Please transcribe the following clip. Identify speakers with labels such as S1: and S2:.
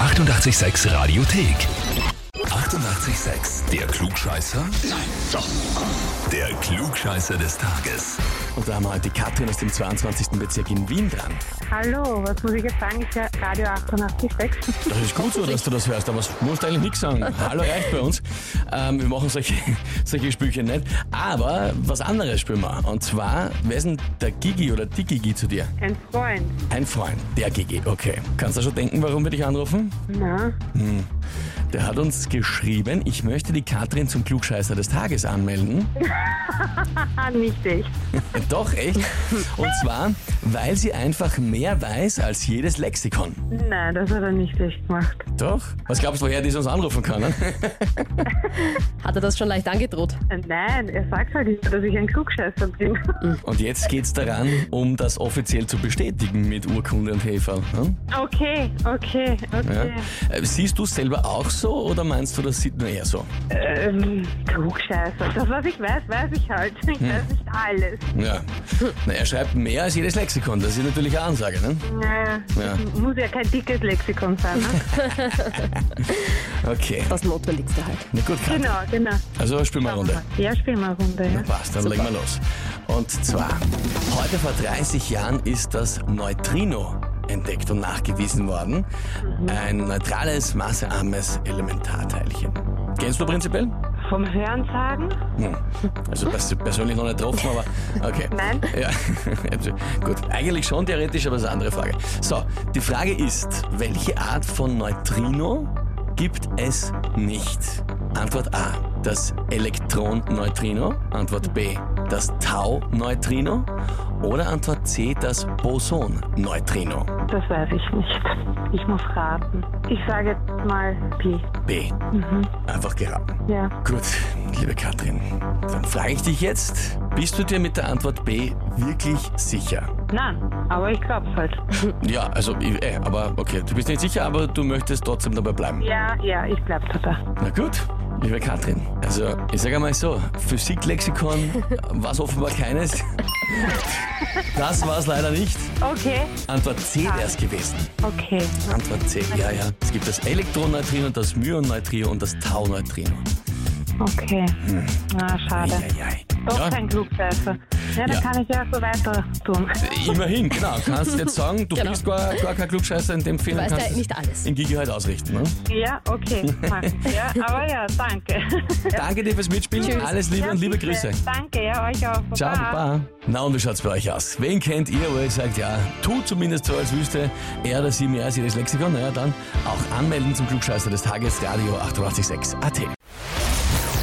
S1: 886 Radiothek. 88,6. Der Klugscheißer? Nein, doch. Der Klugscheißer des Tages.
S2: Und da haben wir heute die Katrin aus dem 22. Bezirk in Wien dran.
S3: Hallo, was muss ich jetzt sagen? Ich höre Radio 886.
S2: Das ist gut so, dass du das hörst, aber es musst eigentlich nichts sagen. Hallo reicht bei uns. Ähm, wir machen solche, solche Spielchen nicht. Aber was anderes spielen wir. Und zwar, wer ist denn der Gigi oder die Gigi zu dir?
S3: Ein Freund.
S2: Ein Freund, der Gigi, okay. Kannst du schon denken, warum wir dich anrufen? Hm.
S3: Na,
S2: Der hat uns geschrieben, ich möchte die Katrin zum Klugscheißer des Tages anmelden.
S3: Ah, nicht echt.
S2: Doch, echt? Und zwar, weil sie einfach mehr weiß als jedes Lexikon.
S3: Nein, das hat er nicht echt gemacht.
S2: Doch. Was glaubst du, woher die uns anrufen kann? Ne?
S4: Hat er das schon leicht angedroht?
S3: Äh, Nein, er sagt halt nicht, dass ich ein Klugscheißer bin.
S2: Und jetzt geht's daran, um das offiziell zu bestätigen mit Urkunde und Heferl. Ne?
S3: Okay, okay,
S2: Ja.
S3: okay.
S2: Äh, Siehst du selber auch so oder meinst du, das sieht nur er so?
S3: Ähm, Klugscheißer. Das, was ich weiß, weiß ich halt. Ich weiß nicht alles.
S2: Ja. Na, er schreibt mehr als jedes Lexikon, das ist natürlich eine Ansage. Ne?
S3: Naja,
S2: Ja.
S3: das Äh, muss ja kein dickes Lexikon sein. Ne?
S2: Okay.
S4: Das Notwendigste halt.
S2: Na gut, Katrin.
S3: genau, genau.
S2: Also spielen wir eine Runde.
S3: Ja, spielen wir eine Runde. Ja.
S2: Passt, dann legen wir los. Und zwar, heute vor 30 Jahren ist das Neutrino entdeckt und nachgewiesen worden. Ein neutrales, massearmes Elementarteilchen. Kennst du prinzipiell?
S3: Vom Hören sagen?
S2: Hm. Also pers persönlich noch nicht getroffen, aber okay.
S3: Nein.
S2: Ja. Gut, eigentlich schon theoretisch, aber das ist eine andere Frage. So, die Frage ist, welche Art von Neutrino gibt es nicht? Antwort A, das Elektron-Neutrino. Antwort B, das Tau-Neutrino. Oder Antwort C, das Boson-Neutrino.
S3: Das weiß ich nicht. Ich muss raten. Ich sage jetzt mal Pi.
S2: B. Einfach geraten.
S3: Ja.
S2: Gut, liebe Katrin, dann frage ich dich jetzt, bist du dir mit der Antwort B wirklich sicher?
S3: Nein, aber ich glaub's halt.
S2: Ja, also, äh, aber okay, du bist nicht sicher, aber du möchtest trotzdem dabei bleiben.
S3: Ja, ja, ich bleib dabei.
S2: Na gut, liebe Katrin, also ich sage einmal so, Physiklexikon war es offenbar keines. Das war es leider nicht.
S3: Okay,
S2: Antwort C wäre es gewesen.
S3: okay.
S2: Antwort C, ja, ja. Es gibt das Elektroneutrino, das Myonneutrino und das Tauneutrino.
S3: Okay. Na, schade.
S2: Eieiei.
S3: Doch
S2: Ja,
S3: kein Klugscheißer. Ja, dann
S2: Ja.
S3: kann ich ja so weiter tun.
S2: immerhin, genau. Kannst jetzt sagen, du
S4: Genau.
S2: bist gar, gar kein Klugscheißer in dem Film.
S4: Weißt
S2: kannst
S4: ja nicht alles.
S2: In Gigi halt ausrichten. Ne?
S3: Ja, okay. mach ich. Ja, aber ja, danke.
S2: Danke dir fürs Mitspielen.
S4: Tschüss.
S2: Alles Liebe
S3: Ja,
S2: und liebe
S3: bitte.
S2: Grüße.
S3: Danke, ja, euch auch.
S2: Ciao, Baba. Na und wie schaut's bei euch aus? Wen kennt ihr, wo ihr sagt, ja, tut zumindest so, als wüsste er oder sie mehr als jedes Lexikon? Na ja, dann auch anmelden zum Klugscheißer des Tages, Radio 886 AT.